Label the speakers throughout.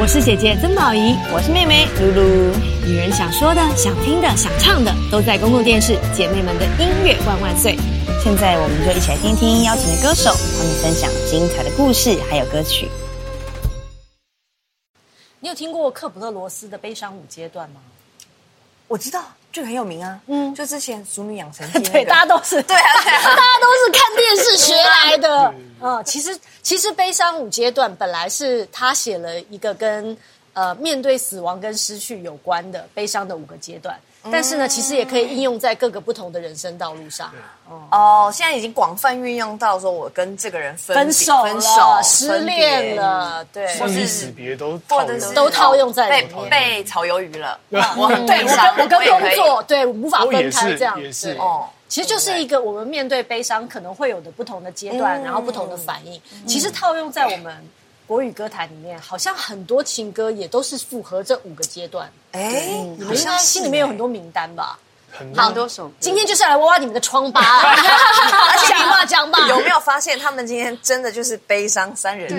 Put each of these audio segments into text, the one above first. Speaker 1: 我是姐姐曾宝仪，
Speaker 2: 我是妹妹露露。
Speaker 1: 女人想说的、想听的、想唱的，都在公共电视。姐妹们的音乐万万岁！
Speaker 2: 现在我们就一起来听听邀请的歌手，他们分享精彩的故事还有歌曲。
Speaker 3: 你有听过克卜勒罗斯的悲伤五阶段吗？
Speaker 4: 我知道，就很有名啊。嗯，就之前《熟女养成记》那个
Speaker 3: 对，大家都是
Speaker 4: 对啊对啊
Speaker 3: 大家都是看电视学来的。嗯，其实其实悲伤五阶段本来是他写了一个跟呃面对死亡跟失去有关的悲伤的五个阶段，
Speaker 4: 嗯
Speaker 3: 但是呢，其实也可以应用在各个不同的人生道路上。
Speaker 4: 哦，现在已经广泛运用到说，我跟这个人分
Speaker 3: 分
Speaker 4: 手、
Speaker 3: 手
Speaker 4: 分
Speaker 3: 了
Speaker 4: 手、，嗯
Speaker 3: 失恋，了，对，
Speaker 4: 或
Speaker 5: 生离
Speaker 4: 是
Speaker 5: 死别都
Speaker 4: 或
Speaker 5: 套
Speaker 4: 者
Speaker 5: 用
Speaker 4: 是
Speaker 3: 都套用在里
Speaker 4: 被
Speaker 3: 面
Speaker 4: 被炒鱿鱼了。
Speaker 5: 对
Speaker 4: 我很
Speaker 3: 对
Speaker 4: 悲
Speaker 3: 我
Speaker 4: 伤，
Speaker 3: 跟我跟
Speaker 4: 也可
Speaker 3: 工
Speaker 4: 以
Speaker 3: 作，对无法
Speaker 5: 哦也
Speaker 3: 分开
Speaker 5: 是
Speaker 3: 这样
Speaker 5: 也
Speaker 3: 子
Speaker 5: 是。
Speaker 4: 哦，
Speaker 3: 其实就是一个我们面对悲伤可能会有的不同的阶段，
Speaker 6: 嗯
Speaker 3: 然后不同的反应。其实套用在我们国语歌坛里面，好像很多情歌也都是符合这五个阶段。
Speaker 4: 哎，
Speaker 3: 你
Speaker 4: 好
Speaker 3: 们应
Speaker 4: 像
Speaker 3: 该
Speaker 4: 是
Speaker 3: 心里面有很多名单吧？
Speaker 6: 哎
Speaker 5: 很
Speaker 3: 好
Speaker 5: 多
Speaker 4: 多首歌
Speaker 3: 今天就是来挖挖你们的疮 疤啊，讲吧讲吧，
Speaker 4: 有没有发现他们今天真的就是悲伤三人组？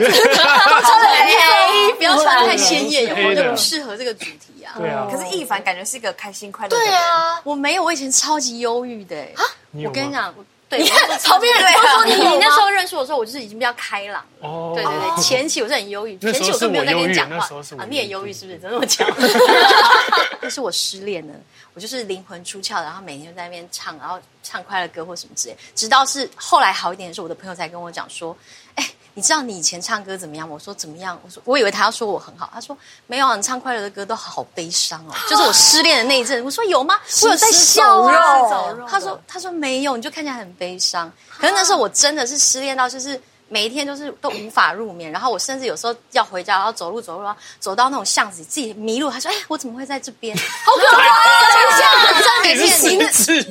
Speaker 6: 黑，不要穿太鲜艳，有
Speaker 5: 是黑的
Speaker 6: 没有不适合这个主题啊？
Speaker 5: 对啊，
Speaker 4: 可是一凡感觉是一个开心快乐的人。
Speaker 6: 对啊，我没有，我以前超级忧郁的欸。
Speaker 5: 你有
Speaker 6: 我
Speaker 5: 吗
Speaker 6: 跟你讲，我对，
Speaker 3: 你看旁边人
Speaker 4: 对
Speaker 3: 都
Speaker 4: 啊
Speaker 3: 说
Speaker 6: 你
Speaker 3: 你有
Speaker 6: 你那
Speaker 3: 吗
Speaker 6: 时候认识我的时候，我就是已经比较开朗。
Speaker 5: 哦
Speaker 6: 对对 对，前期我是很忧郁，
Speaker 5: 那
Speaker 6: 前
Speaker 5: 时候
Speaker 6: 期我根本没有在跟你讲
Speaker 5: 是我忧郁那时候是我
Speaker 6: 话啊
Speaker 5: 忧，郁
Speaker 6: 你也忧郁是不是？怎么那么 讲？那是我失恋了，我就是灵魂出窍，然后每天在那边唱，然后唱快乐歌或什么之类，直到是后来好一点的时候，我的朋友才跟我讲说，哎。你知道你以前唱歌怎么样吗？我说怎么样？我说我以为他要说我很好，他说没有啊，你唱快乐的歌都好悲伤哦。就是我失恋的那一阵，我说有吗？我有在笑啊。他说他说没有，你就看起来很悲伤。可是那时候我真的是失恋到就是。每一天都是都无法入眠，然后我甚至有时候要回家，然后走路走路，然后走到那种巷子里自己迷路，他说：“哎，我怎么会在这边？好可怕、啊！”这样很像
Speaker 5: 你
Speaker 6: 给
Speaker 5: 是
Speaker 6: 自己
Speaker 5: 神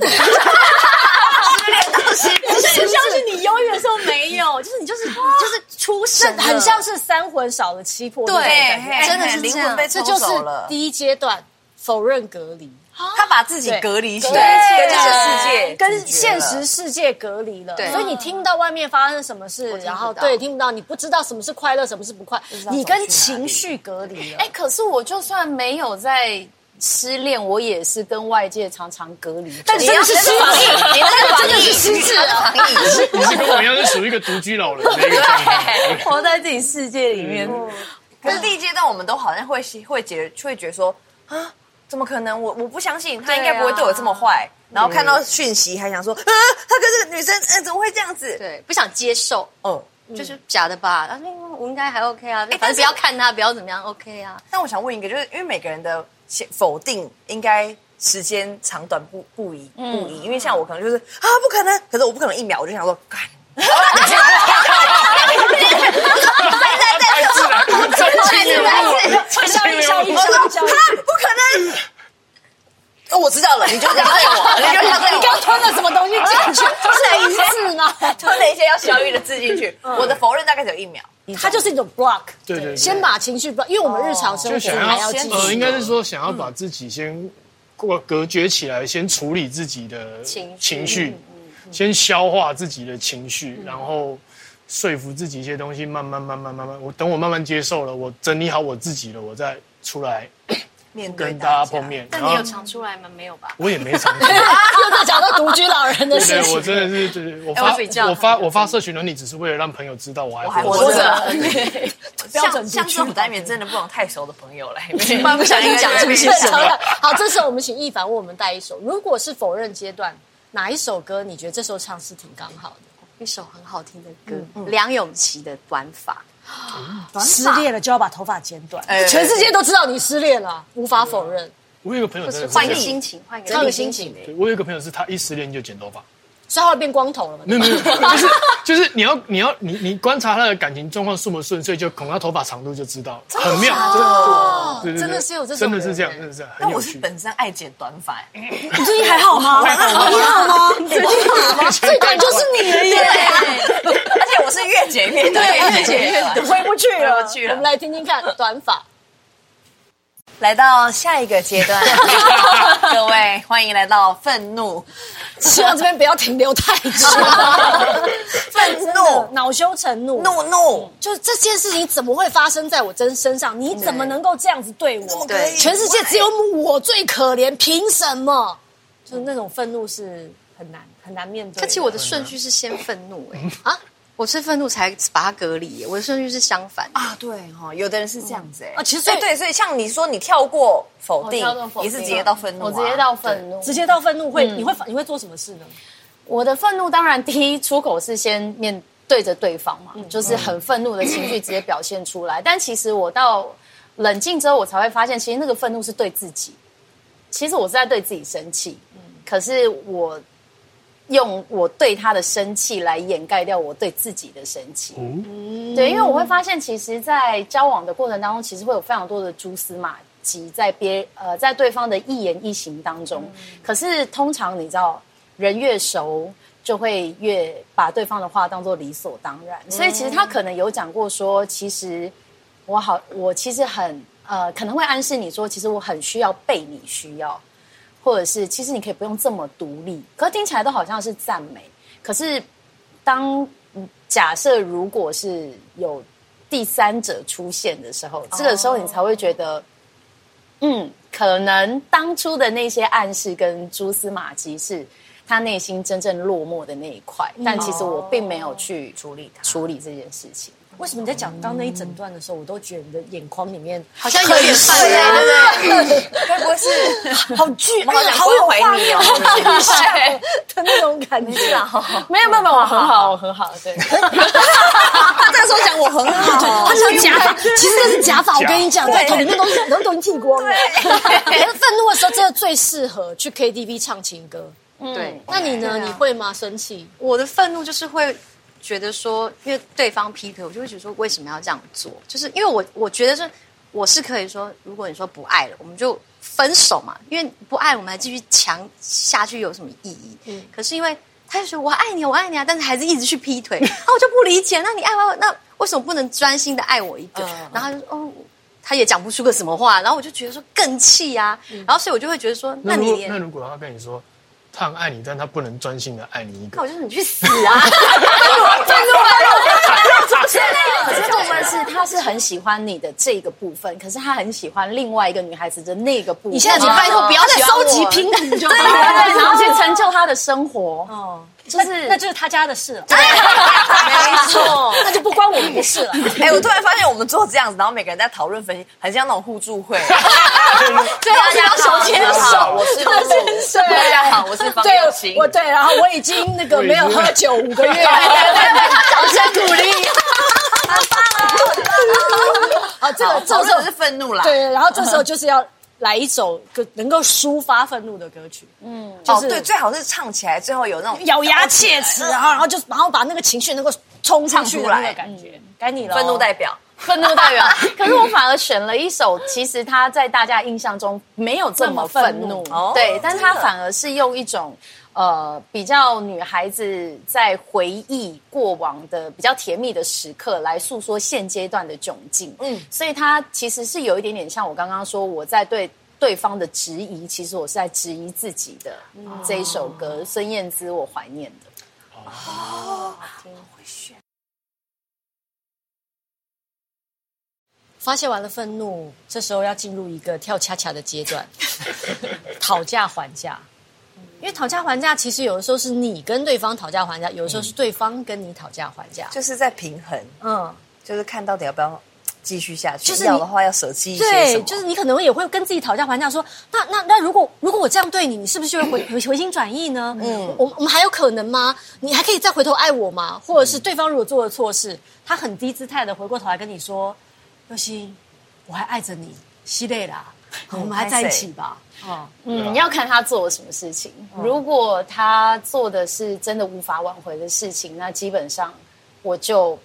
Speaker 5: 智，
Speaker 6: 不像是你忧郁的时候没有，就是你就是就是出神了，
Speaker 3: 很像是三魂少了七魄，
Speaker 6: 对
Speaker 4: 嘿
Speaker 6: 真的是
Speaker 4: 嘿灵
Speaker 6: 这
Speaker 4: 魂
Speaker 6: 样
Speaker 4: 被
Speaker 3: 这
Speaker 4: 抽
Speaker 3: 就是
Speaker 4: 走了，
Speaker 3: 第一阶段否认隔离。
Speaker 4: 他把自己隔离起来，
Speaker 3: 对
Speaker 4: 跟这个世界
Speaker 3: 跟现
Speaker 4: 拒绝了
Speaker 3: 实世界隔离了，
Speaker 6: 对
Speaker 3: 所以你听到外面发生什么事，
Speaker 6: 听不到
Speaker 3: 然后对听不到，你不知道什么是快乐，什么是不快，你跟情绪隔离了。
Speaker 7: 哎、可是我就算没有在失恋，我也是跟外界常常隔离。
Speaker 3: 但真的是失智，真的是失智了。
Speaker 5: 你是跟我一样是属于一个独居老人的一个状 态。
Speaker 6: 活在自己世界里面。
Speaker 4: 可是第一阶段，我们都好像会会觉会觉得说啊，怎么可能？我我不相信他应该不会对我这么坏。然后看到讯息还想说啊，他跟这个女生嗯、呃怎么会这样子？
Speaker 6: 对，不想接受，
Speaker 4: 哦，
Speaker 6: 就是假的吧？他说嗯我应该还 OK 啊，反
Speaker 4: 但是
Speaker 6: 正不要看他，不要怎么样，OK 啊。
Speaker 4: 但我想问一个，就是因为每个人的否定应该时间长短不不一不一，因为像我可能就是啊不可能，可是我不可能一秒我就想说啊干。
Speaker 5: 太自然，真情流露，真情流露。
Speaker 4: 我说他不可能。哦，我知道了，你就这样对 我，你就这样对我。
Speaker 3: 你刚吞了什么东西进去？是一致吗？
Speaker 4: 吞了一些要消郁的字进去，我的否认大概只有一秒。
Speaker 3: 它就是一种 block，
Speaker 5: 对对对
Speaker 3: 先把情绪 block，因为我们日常生
Speaker 5: 就
Speaker 3: 活
Speaker 5: 想
Speaker 3: 还
Speaker 5: 要
Speaker 3: 要继
Speaker 5: 呃，应
Speaker 3: 续。
Speaker 5: 该是说想要把自己先过隔绝起来，先处理自己的
Speaker 6: 情绪
Speaker 5: 情绪，先消化自己的情绪，然后说服自己一些东西，慢慢慢慢慢慢，我等我慢慢接受了，我整理好我自己了，我再出来
Speaker 4: 面对
Speaker 5: 跟大家碰，面。
Speaker 6: 但
Speaker 5: 然
Speaker 6: 你有
Speaker 5: 后
Speaker 6: 尝出来吗？没有吧？
Speaker 5: 我也没尝试。
Speaker 3: 又在讲到独居老人的事
Speaker 5: 对，
Speaker 3: 情
Speaker 5: 我，真的是，对对，我
Speaker 6: 哎
Speaker 5: 发
Speaker 6: 我比较
Speaker 5: 我发我发社群软体，只是为了让朋友知道我还
Speaker 4: 我还
Speaker 5: 活
Speaker 4: 活
Speaker 5: 着。
Speaker 4: 着。
Speaker 3: 标准
Speaker 4: 像
Speaker 3: 独居
Speaker 4: 像这种单元真的不能太熟的朋友哎嘞，
Speaker 6: 不然不小心讲 出些什
Speaker 3: 常
Speaker 6: 么。
Speaker 3: 的。好，这时候我们请一凡为我们带一首。如果是否认阶段，哪一首歌你觉得这时候唱是挺刚好的？
Speaker 6: 一首很好听的歌，梁咏琪的《短发》。
Speaker 3: 失恋了就要把头发剪短
Speaker 4: 哎，
Speaker 3: 全世界都知道你失恋了，无法否认。
Speaker 5: 我有一个朋友真的是
Speaker 6: 换一个
Speaker 5: 这样
Speaker 6: 心情，换一个
Speaker 3: 换个心情
Speaker 5: 对我有一个朋友是他一失恋就剪头发，
Speaker 3: 所以后来变光头了嘛？
Speaker 5: 没有没有，就是 就是你要你要你你观察他的感情状况顺不顺遂，就恐他头发长度就知道，很妙，真的
Speaker 3: 真的是有这种
Speaker 5: 真的是
Speaker 3: 人
Speaker 5: 这样，真的是这样很
Speaker 4: 但
Speaker 5: 有
Speaker 4: 我是
Speaker 5: 趣。
Speaker 4: 本身爱剪短发， 哎
Speaker 3: 你最近还好吗？你好吗？最近好吗？ 最短就是你了耶，
Speaker 4: 而且我是越剪越短，越剪越短。
Speaker 3: 回不去
Speaker 4: 了
Speaker 3: 我们来听听看短发。
Speaker 4: 来到下一个阶 段，各位欢迎来到愤怒，
Speaker 3: 希望这边不要停留太 久。
Speaker 4: 愤
Speaker 3: 真的
Speaker 4: 怒，
Speaker 3: 恼羞成怒，
Speaker 4: 怒怒，
Speaker 3: 就是这件事情怎么会发生在我真身上？你怎么能够这样子对我？
Speaker 4: 对
Speaker 3: 全世界只有我最可怜，凭什么？就是那种愤怒是很难很难面对的。
Speaker 8: 但其实我的顺序是先愤 怒、哎啊，我是愤怒才把它隔离、哎我的顺序是相反的。
Speaker 4: 啊，对哈，有的人是这样子哎
Speaker 3: 啊其实
Speaker 4: 所以对，所以像你说你跳过否定
Speaker 6: 我跳过，哦否定
Speaker 4: 也是直接到愤怒啊，
Speaker 6: 我直接到愤怒。
Speaker 3: 直接到愤怒会，
Speaker 8: 嗯
Speaker 3: 你会你会做什么事呢？
Speaker 6: 我的愤怒当然第一出口是先面对着对方嘛，就是很愤怒的情绪直接表现出来。但其实我到冷静之后，我才会发现，其实那个愤怒是对自己。其实我是在对自己生气，可是我用我对他的生气来掩盖掉我对自己的生气。
Speaker 5: 哦
Speaker 6: 对，因为我会发现，其实，在交往的过程当中，其实会有非常多的蛛丝马迹在别呃在对方的一言一行当中。可是通常你知道，人越熟就会越把对方的话当做理所当然，所以其实他可能有讲过说，其实我好，我其实很呃可能会暗示你说，其实我很需要被你需要。或者是其实你可以不用这么独立，可是听起来都好像是赞美。可是当嗯假设如果是有第三者出现的时候，这个时候你才会觉得，嗯，可能当初的那些暗示跟蛛丝马迹是他内心真正落寞的那一块，但其实我并没有去哦处理它，处理这件事情。
Speaker 3: 为什么你在讲到那一整段的时候，我都觉得你的眼眶里面
Speaker 8: 好像 有点犯
Speaker 4: 对
Speaker 8: 人，
Speaker 4: 对对对，该不会是
Speaker 3: 好巨
Speaker 4: 我好想
Speaker 3: 好
Speaker 4: 归
Speaker 3: 有
Speaker 4: 回
Speaker 3: 画
Speaker 4: 你
Speaker 3: 面
Speaker 4: 哦，
Speaker 3: 的那种感觉。
Speaker 6: 没有没有没有，我很好，我很好，对。
Speaker 4: 他这个时候讲我很好，
Speaker 3: 他是假发，其实这是假发。我
Speaker 5: 假
Speaker 3: 跟你讲，对，头里面都是都都已经剃光了。 可是愤怒的时候，真的最适合去 KTV 唱情歌。
Speaker 6: 嗯
Speaker 8: 对。
Speaker 3: 那你呢？
Speaker 6: 啊
Speaker 3: 你会吗？生气？
Speaker 8: 我的愤怒就是会觉得说，因为对方劈腿，我就会觉得说为什么要这样做？就是因为我我觉得是我是可以说，如果你说不爱了，我们就分手嘛，因为不爱我们还继续强下去有什么意义？可是因为他就说我爱你，我爱你啊，但是还是一直去劈腿，啊，我就不理解，那你爱我，那为什么不能专心的爱我一个？然后他就说哦。他也讲不出个什么话，然后我就觉得说更气啊，然后所以我就会觉得说，那
Speaker 5: 那如
Speaker 8: 你
Speaker 5: 果
Speaker 8: 连
Speaker 5: 那如果他跟你说，他很爱你，但他不能专心的爱你一
Speaker 8: 那
Speaker 5: 个，
Speaker 8: 我就说你去死啊！
Speaker 6: 可是会不会是他是很喜欢你的这个部分，可是他很喜欢另外一个女孩子的那个部分？
Speaker 3: 你现在请拜托不要再收集拼图就好
Speaker 6: 对，
Speaker 3: 了。
Speaker 6: 然后去成就他的生活。哦，就是
Speaker 3: 那就是他家的事了，
Speaker 4: 没错。
Speaker 3: 那就不关我们的事了。
Speaker 4: 哎、我突然发现我们做这样子，然后每个人在讨论分析，很像那种互助会。
Speaker 3: 对啊，要 手牵手，
Speaker 4: 我是露露，大家好，啊我是方
Speaker 3: 对
Speaker 4: 耀琴，。
Speaker 3: 我对，然后我已经那个没有喝酒五个月了。
Speaker 6: 掌声鼓励。
Speaker 3: 好，这个这个时
Speaker 4: 好这首
Speaker 3: 候
Speaker 4: 哦是愤怒啦。
Speaker 3: 对，然后这时候就是要来一首歌能够抒发愤怒的歌曲，嗯，就
Speaker 4: 哦，
Speaker 3: 是
Speaker 4: 对，最好是唱起来，最后有那种
Speaker 3: 咬牙切齿啊， 然后就然后把那个情绪能够冲上去的那个感觉，该你了哦，
Speaker 4: 愤怒代表。
Speaker 6: 愤怒代表， 可是我反而选了一首，其实他在大家印象中没有这么愤
Speaker 3: 这么
Speaker 6: 怒，
Speaker 3: 愤
Speaker 4: 怒哦
Speaker 6: 对，但是他反而是用一种呃比较女孩子在回忆过往的比较甜蜜的时刻来诉说现阶段的窘境，嗯，所以他其实是有一点点像我刚刚说我在对。对方的质疑，其实我是在质疑自己的。这一首歌，孙燕姿，我怀念的。
Speaker 3: 发泄完了愤怒，这时候要进入一个跳恰恰的阶段， 讨价还价。因为讨价还价，其实有的时候是你跟对方讨价还价，有的时候是对方跟你讨价还价。
Speaker 4: 就是在平衡，
Speaker 3: 嗯，
Speaker 4: 就是看到底要不要继续下去。
Speaker 3: 就是你
Speaker 4: 要的话要舍弃一些什
Speaker 3: 对，
Speaker 4: 么
Speaker 3: 就是你可能也会跟自己讨价还价，说那那那如果如果我这样对你，你是不是就会回回回心转意呢？嗯，我我们还有可能吗？你还可以再回头爱我吗？或者是对方如果做了错事，他很低姿态的回过头来跟你说，尤欣，我还爱着你，希累啦，我们还在一起吧。
Speaker 4: 哦
Speaker 6: 嗯，要看他做了什么事情。如果他做的是真的无法挽回的事情，那基本上我就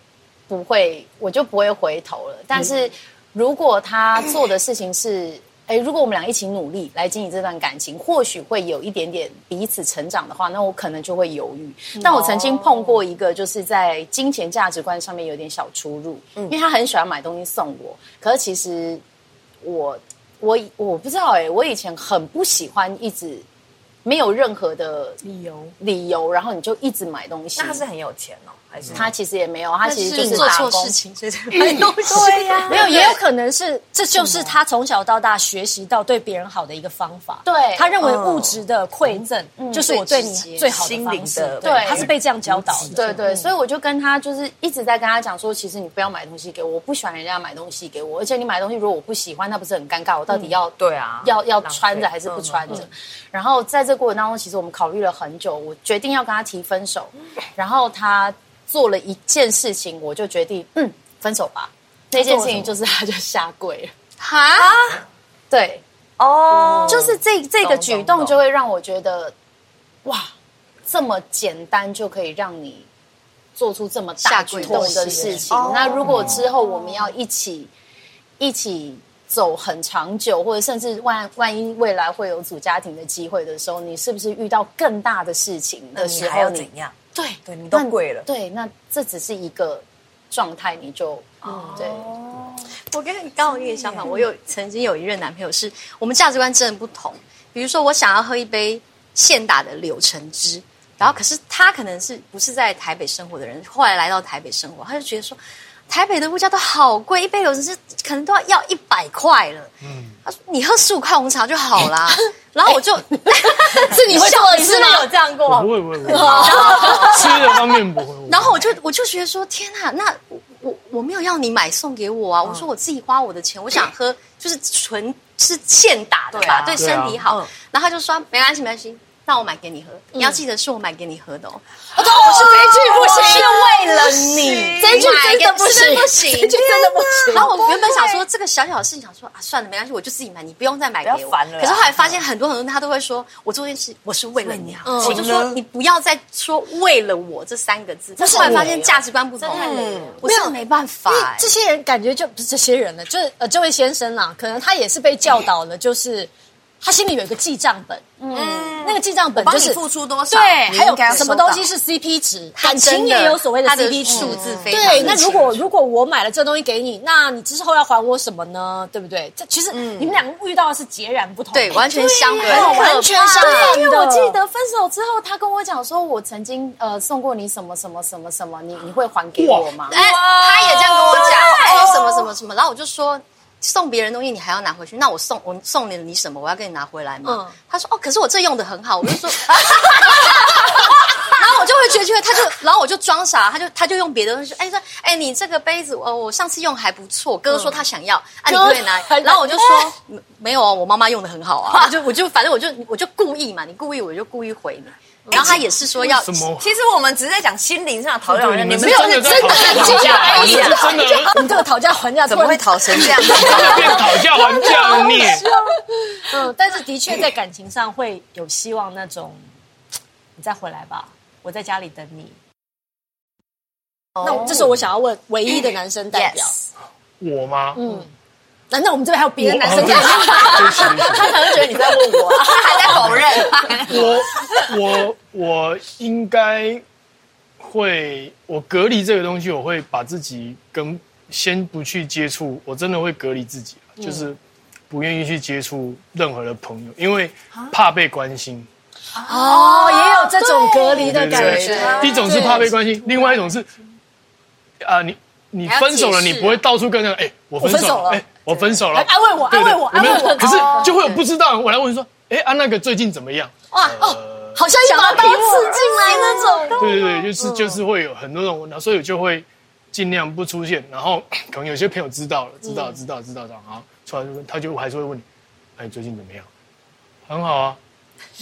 Speaker 6: 不会，我就不会回头了。但是如果他做的事情是，哎、如果我们俩一起努力来经营这段感情，或许会有一点点彼此成长的话，那我可能就会犹豫。但我曾经碰过一个，就是在金钱价值观上面有点小出入，因为他很喜欢买东西送我，可是其实我
Speaker 7: 我以我不知道哎、我以前很不喜欢一直没有任何的
Speaker 3: 理由
Speaker 7: 理由，然后你就一直买东西。
Speaker 4: 那他是很有钱哦，还
Speaker 3: 嗯
Speaker 4: 是
Speaker 7: 他其实也没有，他其实
Speaker 6: 就
Speaker 7: 就是是
Speaker 6: 做
Speaker 7: 打
Speaker 6: 错
Speaker 7: 工
Speaker 6: 事。情，所以才买东西。
Speaker 4: 对呀、
Speaker 3: 没有，也有可能是这就是他从小到大学习到对别人好的一个方法。
Speaker 7: 对
Speaker 3: 他认为物质的馈赠就是我对你最好的
Speaker 4: 心灵
Speaker 3: 方式
Speaker 4: 的。
Speaker 3: 对，
Speaker 7: 对
Speaker 3: 他是被这样教导的。
Speaker 7: 对对，所以我就跟他就是一直在跟他讲说，其实你不要买东西给我，我不喜欢人家买东西给我，而且你买东西如果我不喜欢，那不是很尴尬？我到底要、
Speaker 4: 对啊
Speaker 7: 要要
Speaker 4: 浪费
Speaker 7: 穿着还是不穿着？然后在这过程当中，其实我们考虑了很久，我决定要跟他提分手，然后他做了一件事情，我就决定嗯分手吧。那件事情就是他就下跪了，
Speaker 6: 哈，
Speaker 7: 对，
Speaker 4: 哦，
Speaker 7: 就是这这个
Speaker 4: 懂
Speaker 7: 举
Speaker 4: 懂
Speaker 7: 动
Speaker 4: 懂
Speaker 7: 就会让我觉得，哇，这么简单就可以让你做出这么大
Speaker 6: 下跪
Speaker 7: 举动
Speaker 6: 的
Speaker 7: 的
Speaker 6: 事
Speaker 7: 事情。
Speaker 4: 哦
Speaker 7: 那如果之后我们要一起一起走很长久，或者甚至万万一未来会有组家庭的机会的时候，你是不是遇到更大的事情的
Speaker 4: 你
Speaker 7: 时
Speaker 4: 还要
Speaker 7: 候，
Speaker 4: 怎样？
Speaker 7: 对
Speaker 4: 对你都
Speaker 7: 那
Speaker 4: 跪了
Speaker 7: 对，那这只是一个状态，你就
Speaker 4: 哦
Speaker 7: 对。
Speaker 6: 我跟你刚好有点相反，我有曾经有一任男朋友是我们价值观真的不同。比如说，我想要喝一杯现打的柳橙汁，然后可是他可能是不是在台北生活的人，后来来到台北生活，他就觉得说，台北的物价都好贵，一杯柳橙汁可能都要要一百块了。嗯，他说你喝十五块红茶就好 啦。然后我就，是你会笑，你是吗？有这样过
Speaker 5: 我不会不会 不会，吃的方面不会。我不会
Speaker 6: 然后我就我就觉得说，天啊，那我我我没有要你买送给我啊，我说我自己花我的钱，我想喝就是纯是欠打的
Speaker 4: 对
Speaker 6: 吧
Speaker 4: 啊，
Speaker 6: 对嗯身体
Speaker 4: 对
Speaker 6: 好
Speaker 4: 啊。
Speaker 6: 然后他就说没关系没关系，那我买给你喝，你要记得是我买给你喝 的哦。
Speaker 7: 我是这一句不行，
Speaker 6: 为了
Speaker 3: 啊
Speaker 6: 你，
Speaker 7: 这一句真的不行
Speaker 6: 真的不行，
Speaker 7: 这一句真的不行
Speaker 6: 然后我原本想说这个小小的事情，想说啊算了，没关系，我就自己买，你不用再买
Speaker 4: 不
Speaker 6: 给
Speaker 4: 要
Speaker 6: 我。
Speaker 4: 烦了啦
Speaker 6: 可是后来发现很多很多他都会说，我做这件事我是为了你，啊，我就说你不要再说为了我这三个字。但是后来发现价值观不同，我真的没办法
Speaker 3: 因为
Speaker 6: 哎
Speaker 3: 这些人感觉就不是这些人了，就是呃这位先生啦，可能他也是被教导了，就是他心里有一个记账本，嗯，那个记账本
Speaker 4: 帮
Speaker 3: 就
Speaker 4: 你
Speaker 3: 是
Speaker 4: 付出多少？
Speaker 3: 对，
Speaker 4: 你
Speaker 3: 还
Speaker 4: 应该
Speaker 3: 有
Speaker 4: 要
Speaker 3: 什么
Speaker 4: 收到
Speaker 3: 东西？是 CP 值，
Speaker 6: 它
Speaker 3: 感
Speaker 6: 真
Speaker 3: 情
Speaker 6: 的
Speaker 3: 也有所谓的
Speaker 6: 它的
Speaker 3: CP 值，
Speaker 6: 数字非常
Speaker 3: 对，
Speaker 6: 的
Speaker 3: 那
Speaker 6: 清
Speaker 3: 如果如果我买了这东西给你，那你之后要还我什么呢？对不对？这其实你们两个遇到的是截然不同的，
Speaker 6: 对，完全相
Speaker 7: 啊
Speaker 6: 反，
Speaker 7: 完
Speaker 3: 全相反
Speaker 7: 对，因为
Speaker 3: 的
Speaker 7: 我记得分手之后，他跟我讲说，我曾经呃送过你什么什么什么什么，你你会还给我吗？
Speaker 6: 哎，他也这样跟我讲，哦，什么什么什么，然后我就说。送别人东西你还要拿回去，那我送我送你你什么？我要跟你拿回来吗？
Speaker 3: 嗯
Speaker 6: 他说哦，可是我这用的很好，我就说， 然后我就会觉得他就，然后我就装傻，他就他就用别的东西说，哎说哎你这个杯子哦，我上次用还不错，哥说他想要，啊你可不可以拿？然后我就说没没有啊，我妈妈用的很好啊，我就我就反正我就我就故意嘛，你故意我就故意回 你，然后他也是说要
Speaker 5: 什么？
Speaker 4: 其实我们只是在讲心灵上的讨
Speaker 5: 对
Speaker 4: 论，
Speaker 5: 你们
Speaker 4: 没有
Speaker 5: 真的在
Speaker 3: 真
Speaker 5: 讨
Speaker 3: 的
Speaker 5: 价，
Speaker 3: 真
Speaker 5: 你们真的
Speaker 3: 你们这个讨价还价
Speaker 4: 怎么会讨成这样子？
Speaker 5: 真的变讨价还价了你。
Speaker 3: 嗯，但是的确在感情上会有希望那种，你再回来吧，我在家里等你。那我这是我想要问唯一的男生代表。
Speaker 5: 我吗？嗯，
Speaker 3: 难道我们这边还有别的男生代
Speaker 5: 对不
Speaker 3: 表？
Speaker 5: 起对不起，
Speaker 7: 他可能觉得你在问我，
Speaker 6: 他还在否认，
Speaker 5: 我我我应该会，我隔离这个东西，我会把自己跟先不去接触，我真的会隔离自己，啊就是不愿意去接触任何的朋友，因为怕被关心。
Speaker 3: 哦，也有 这种隔离的
Speaker 5: 对
Speaker 3: 感
Speaker 5: 对
Speaker 3: 觉。
Speaker 6: 啊
Speaker 5: 对，一种是怕被关心，另外一种是啊，你你分手了，
Speaker 6: 还要解释
Speaker 5: 你不会到处跟人家哎，我分手了，
Speaker 3: 我分手了来
Speaker 5: 哎，我分手了，
Speaker 3: 安慰我
Speaker 5: 对对
Speaker 3: 安慰我
Speaker 5: 有没有
Speaker 3: 安慰我
Speaker 5: 可是就会有不知道，我来问说，哎，啊那个最近怎么样？呃
Speaker 3: 哇哦，好像一把刀刺进来那种。
Speaker 5: 对对对，就是就是会有很多种问题，所以我就会尽量不出现。然后可能有些朋友知道了，知道知道知道，然后出来就问，他就还是会问你，哎，你最近怎么样？很好啊，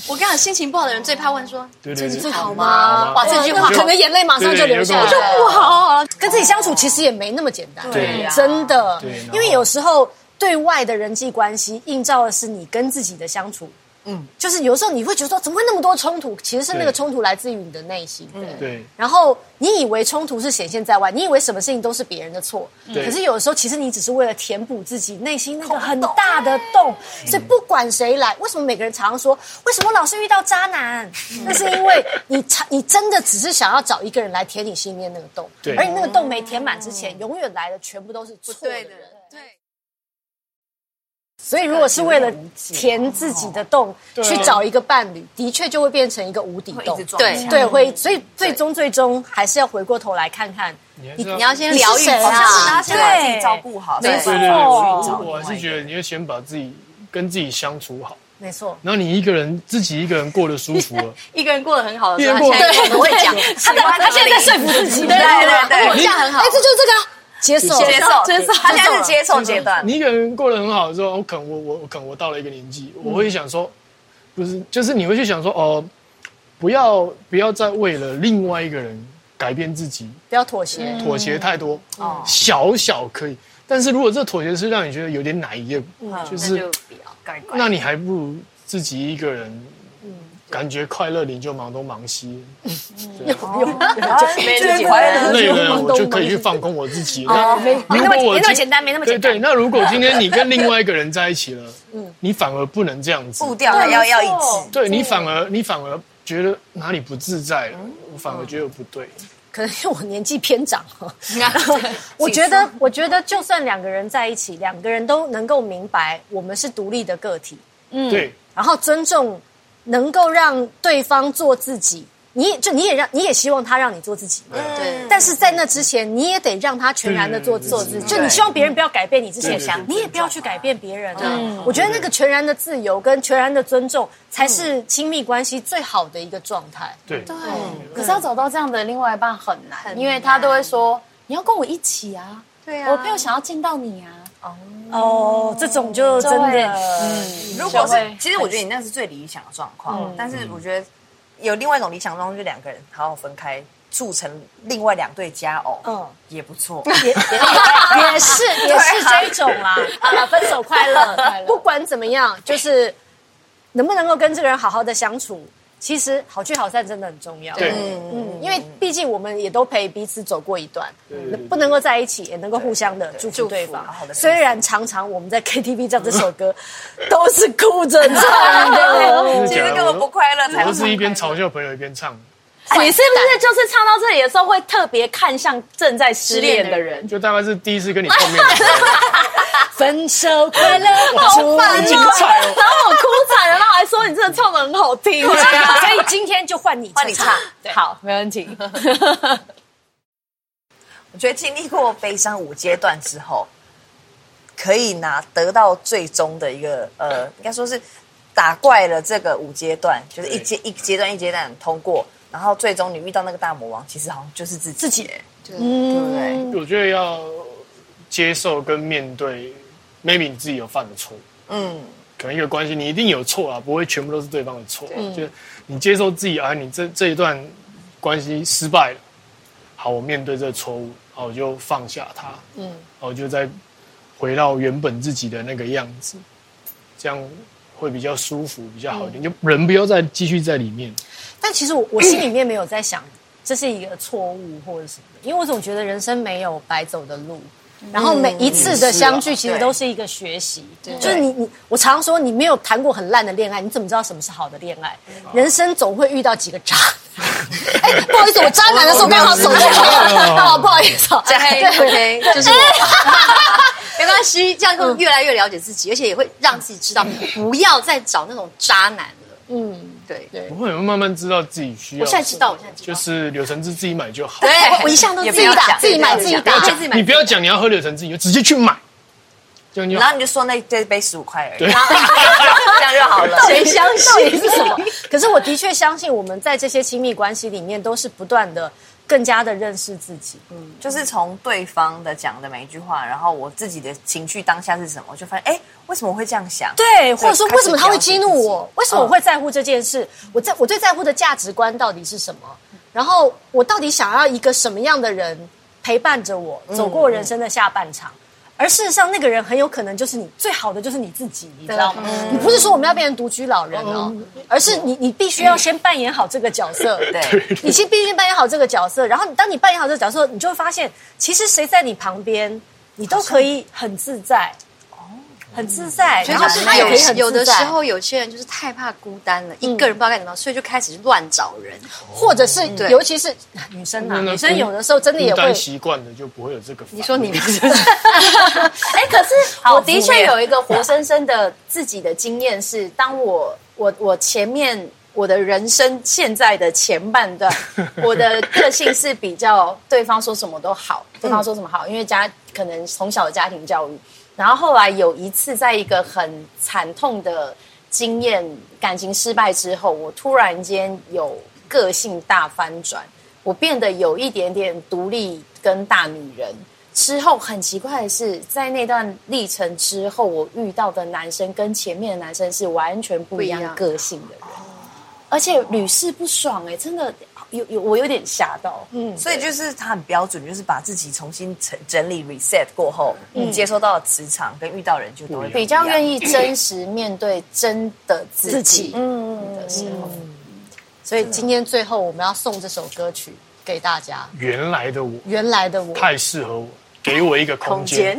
Speaker 6: 我跟你讲，心情不好的人最怕问说
Speaker 5: 对对对，
Speaker 6: 好吗？哇，这句话
Speaker 5: 我就
Speaker 3: 可能眼泪马上就流下来，
Speaker 5: 对对有
Speaker 3: 不好。跟自己相处其实也没那么简单，
Speaker 5: 对呀
Speaker 3: 真的
Speaker 5: 对然，后
Speaker 3: 因为有时候对外的人际关系映照的是你跟自己的相处。嗯，就是有时候你会觉得说怎么会那么多冲突？其实是那个
Speaker 5: 对
Speaker 3: 冲突来自于你的内心。对。
Speaker 5: 对
Speaker 3: 然后你以为冲突是显现在外，你以为什么事情都是别人的错，
Speaker 5: 对
Speaker 3: 可是有的时候其实你只是为了填补自己内心那个很大的洞，
Speaker 5: 嗯
Speaker 3: 所以不管谁来，为什么每个人常常说为什么老是遇到渣男？
Speaker 5: 嗯
Speaker 3: 那是因为你常你真的只是想要找一个人来填你心里面那个洞，
Speaker 5: 对嗯
Speaker 3: 而你那个洞没填满之前，永远来的全部都是错的
Speaker 6: 对的
Speaker 3: 人。
Speaker 6: 人，对。
Speaker 3: 所以如果是为了填自己的洞去找一个伴侣，的确就会变成一个无底
Speaker 4: 会一
Speaker 3: 洞
Speaker 4: 直。撞
Speaker 6: 对
Speaker 4: 墙
Speaker 3: 对，会，所以最终最终还是要回过头来看看。
Speaker 5: 你
Speaker 6: 你要先疗愈
Speaker 3: 你是谁啊
Speaker 4: 好像是
Speaker 6: 他
Speaker 4: 他，先把自己照顾好，
Speaker 3: 对
Speaker 4: 再
Speaker 5: 对
Speaker 4: 去
Speaker 5: 对，
Speaker 4: 找
Speaker 5: 我我还是觉得你要先把自己跟自己相处好，
Speaker 3: 没错，
Speaker 5: 然后你一个人自己一个人过得舒服 了，
Speaker 6: 一个人过得很好的时候，
Speaker 5: 一
Speaker 6: 他
Speaker 5: 个人
Speaker 6: 现
Speaker 5: 过得
Speaker 6: 在我们会讲，
Speaker 4: 啊
Speaker 6: 他在
Speaker 4: 他现在在
Speaker 6: 服自己，对
Speaker 4: 对对对
Speaker 6: 我这样很好
Speaker 3: 哎，，这就是这个啊接受
Speaker 4: 接受
Speaker 6: 接受
Speaker 4: 他现在是接受阶段，
Speaker 5: 你一个人过得很好的时候，我哦可能我我我可能我到了一个年纪，我会想
Speaker 6: 嗯
Speaker 5: 说，不是，就是你会去想说，哦，不要不要再为了另外一个人改变自己，
Speaker 3: 不要妥协。
Speaker 5: 妥协太多，
Speaker 6: 嗯哦
Speaker 5: 小小可以，但是如果这妥协是让你觉得有点奶厌，就
Speaker 6: 嗯那
Speaker 5: 是
Speaker 6: 就不要。嗯
Speaker 4: 赶快
Speaker 5: 那你还不如自己一个人，感觉快乐你就忙东忙西，
Speaker 4: 没自己快 乐。
Speaker 5: 累了我就可以去放空我自己。那
Speaker 4: 哦没
Speaker 5: 如
Speaker 4: 那
Speaker 5: 果
Speaker 4: 么
Speaker 5: 我
Speaker 4: 没那么
Speaker 5: 今
Speaker 4: 简单，没那么
Speaker 5: 对
Speaker 4: 简单
Speaker 5: 对，。那如果今天你跟另外一个人在一 起了，你反而不能这样子，
Speaker 4: 步调还要要一致，
Speaker 5: 对你反而你反而觉得哪里不自在了，我反而觉得不对。
Speaker 3: 可能因为我年纪偏 长哈，我觉得，我觉得就算两个人在一起，两个人都能够明白我们是独立的个体，
Speaker 4: 嗯
Speaker 5: 对，
Speaker 3: 然后尊重，能够让对方做自己，你也就你也让你也希望他让你做自己，
Speaker 6: 对，
Speaker 3: 但是在那之前，你也得让他全然的做自己。就你希望别人不要改变你之前，你也不要去改变别人啊。我觉得那个全然的自由跟全然的尊重，才是亲密关系最好的一个状态。
Speaker 5: 对，
Speaker 4: 嗯
Speaker 7: 可是要找到这样的另外一半嗯很难，因为他都会说你要跟我一起啊，对啊，我没有想要见到你啊，
Speaker 3: 哦，这种就真
Speaker 7: 对
Speaker 3: 的，
Speaker 4: 如果
Speaker 7: 就会
Speaker 4: 是，其实我觉得你那是最理想的状况，但是我觉得有另外一种理想状况，就是两个人好好分开，促成另外两对佳偶，
Speaker 3: 嗯
Speaker 4: 嗯，也不错。
Speaker 3: 也 也也是也是这一种 啦。好了，分手快乐，不管怎么样，就是能不能够跟这个人好好的相处，其实好聚好散真的很重要。
Speaker 5: 对
Speaker 3: 嗯，因为毕竟我们也都陪彼此走过一段
Speaker 5: 对，
Speaker 3: 不能够在一起，也能够互相的祝福对方
Speaker 4: 祝福好好。地
Speaker 3: 虽然常常我们在 KTV 唱这首歌，都是哭着唱 的，
Speaker 5: 真的
Speaker 4: 其
Speaker 5: 假
Speaker 4: 实
Speaker 5: 的
Speaker 4: 根本不快乐，才会
Speaker 5: 我都是一边嘲笑朋友一边唱，
Speaker 7: 你是不是就是唱到这里的时候会特别看向正在失恋的人？
Speaker 5: 就大概是第一次跟你碰面的 时候，
Speaker 3: 分手快乐，祝你
Speaker 5: 精彩哦！
Speaker 7: 然后我哭惨了，然后还说你真的唱的很好听。
Speaker 3: 啊所以今天就 换你
Speaker 4: 换你唱。
Speaker 7: 好，没问题。
Speaker 4: 我觉得经历过悲伤五阶段之后，可以拿得到最终的一个呃，应该说是打怪了这个五阶段，就是一阶一阶段一阶段通过，然后最终你遇到那个大魔王，其实好像就是自己，自己对不
Speaker 3: 嗯
Speaker 4: 对？
Speaker 5: 我觉得要接受跟面对，maybe 你自己有犯的错，
Speaker 4: 嗯，
Speaker 5: 可能一个关系你一定有错啊，不会全部都是对方的错。啊就是你接受自己啊，你这这一段关系失败了，好，我面对这个错误，好，我就放下它，嗯，好，我就再回到原本自己的那个样子，这样会比较舒服，比较好一点。就人不要再继续在里面。
Speaker 3: 但其实我我心里面没有在想这是一个错误或者什么，因为我总觉得人生没有白走的路。然后每一次的相聚，其实都是一个学习。就是你你，我常说，你没有谈过很烂的恋爱，你怎么知道什么是好的恋爱？人生总会遇到几个渣。哎，不好意思，我渣男的时候刚好手机好，不好意思啊，
Speaker 6: 加黑，OK，就是我，没关系，这样更越来越了解自己，而且也会让自己知道不要再找那种渣男了。嗯，对，对，
Speaker 5: 不会，你会慢慢知道自己需要。
Speaker 6: 我现在知道，我现在知
Speaker 5: 就
Speaker 6: 道，
Speaker 5: 是柳橙汁自己买就好。
Speaker 6: 对
Speaker 3: 我一向都
Speaker 4: 也
Speaker 3: 自
Speaker 4: 不要
Speaker 3: 己打，
Speaker 4: 讲
Speaker 3: 自己买
Speaker 4: 对
Speaker 3: 自己
Speaker 6: 不要
Speaker 3: 打。
Speaker 6: 讲自己买
Speaker 5: 你不要讲你要喝柳橙汁，你就直接去买，这样就
Speaker 4: 然
Speaker 5: 好。
Speaker 4: 后你就说那这杯十五块而已，
Speaker 5: 对
Speaker 4: 这样就好了。
Speaker 3: 谁相 信是什么？可是我的确相信，我们在这些亲密关系里面，都是不断的更加的认识自己。
Speaker 4: 就是从对方的讲的每一句话，然后我自己的情绪当下是什么，我就发现哎，为什么我会这样想？
Speaker 3: 对，或者说为什么他会激怒
Speaker 4: 开始了解嗯
Speaker 3: 我？为什么我会在乎这件事？我在我最在乎的价值观到底是什么？然后我到底想要一个什么样的人陪伴着我走
Speaker 4: 嗯
Speaker 3: 过人生的下半场？而事实上，那个人很有可能就是你最好的，就是你自己，你知道吗？你不是说我们要变成独居老人哦，而是你你必须要先扮演好这个角色，
Speaker 4: 嗯对
Speaker 3: 你先必须扮演好这个角色，然后你当你扮演好这个角色，你就会发现，其实谁在你旁边，你都可以很自在。
Speaker 9: 很自在，
Speaker 6: 所以
Speaker 9: 然后
Speaker 6: 就是是
Speaker 9: 他也可以很
Speaker 6: 有有
Speaker 9: 自
Speaker 6: 的
Speaker 9: 在
Speaker 6: 时，候，有些人就是太怕孤单了，一个人不知道该怎么样，所以就开始乱找人。
Speaker 3: 或者是
Speaker 9: 嗯
Speaker 6: 对
Speaker 3: 尤其是女生啊，
Speaker 5: 那
Speaker 3: 女生有的时候真的也
Speaker 5: 孤
Speaker 3: 会
Speaker 5: 单习惯了就不会有这个烦恼。你
Speaker 6: 你说你
Speaker 7: 哎、可是我的
Speaker 9: 负面
Speaker 7: 确有一个活生生的自己的经验是，当我我我前面我的人生现在的前半段，我的个性是比较对方说什么都好，对方说什么好，因为家可能从小的家庭教育，然后后来有一次在一个很惨痛的经验感情失败之后，我突然间有个性大翻转，我变得有一点点独立跟大女人。之后很奇怪的是，在那段历程之后，我遇到的男生跟前面的男生是完全不一
Speaker 6: 不一
Speaker 7: 样哦
Speaker 6: 样
Speaker 7: 个性的人，而且屡试不爽哎、真的有有我有点吓到，嗯，
Speaker 9: 所以就是他很标准，就是把自己重新整整理 reset 过后，
Speaker 4: 嗯
Speaker 9: 你接收到的磁场跟遇到人就都会
Speaker 7: 比较愿
Speaker 9: 意。
Speaker 7: 意真实面对真的自己，嗯的时候，
Speaker 3: 所以今天最后我们要送这首歌曲给大家。
Speaker 5: 原来的我
Speaker 3: 原来的我，
Speaker 5: 太适合我，给我一个空间。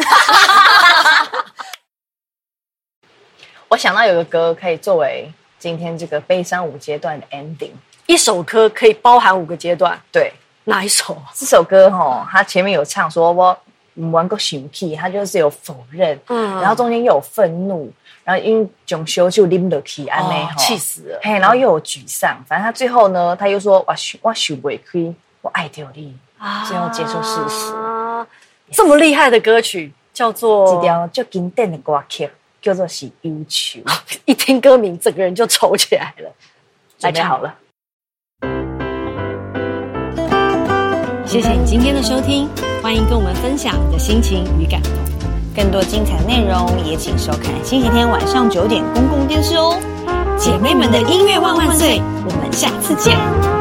Speaker 4: 我想到有个歌可以作为今天这个悲伤五阶段的 ending。
Speaker 10: 一首歌可以包含五个阶段，
Speaker 4: 对，
Speaker 10: 哪一首？
Speaker 4: 这首歌哈、它前面有唱说我唔玩过生气，它就是有否认，
Speaker 10: 嗯
Speaker 4: 然后中间又有愤怒，然后因囧修就拎得起安内
Speaker 10: 哦
Speaker 4: 哈，
Speaker 10: 气死了！
Speaker 9: 哎
Speaker 4: 嘿，然后又有沮丧，反正他最后呢，他又说我想我想不开，我爱掉你，
Speaker 3: 啊
Speaker 4: 最后接受事实。
Speaker 10: 啊，这么厉害的歌曲叫做
Speaker 4: 这条最经典的歌曲叫做是忧愁，
Speaker 10: 一听歌名，整个人就抽起来了。
Speaker 4: 准备好了。
Speaker 11: 谢谢你今天的收听，欢迎跟我们分享你的心情与感动。
Speaker 4: 更多精彩内容也请收看星期天晚上九点公共电视哦。
Speaker 11: 姐妹们的音乐万万岁，我们下次见。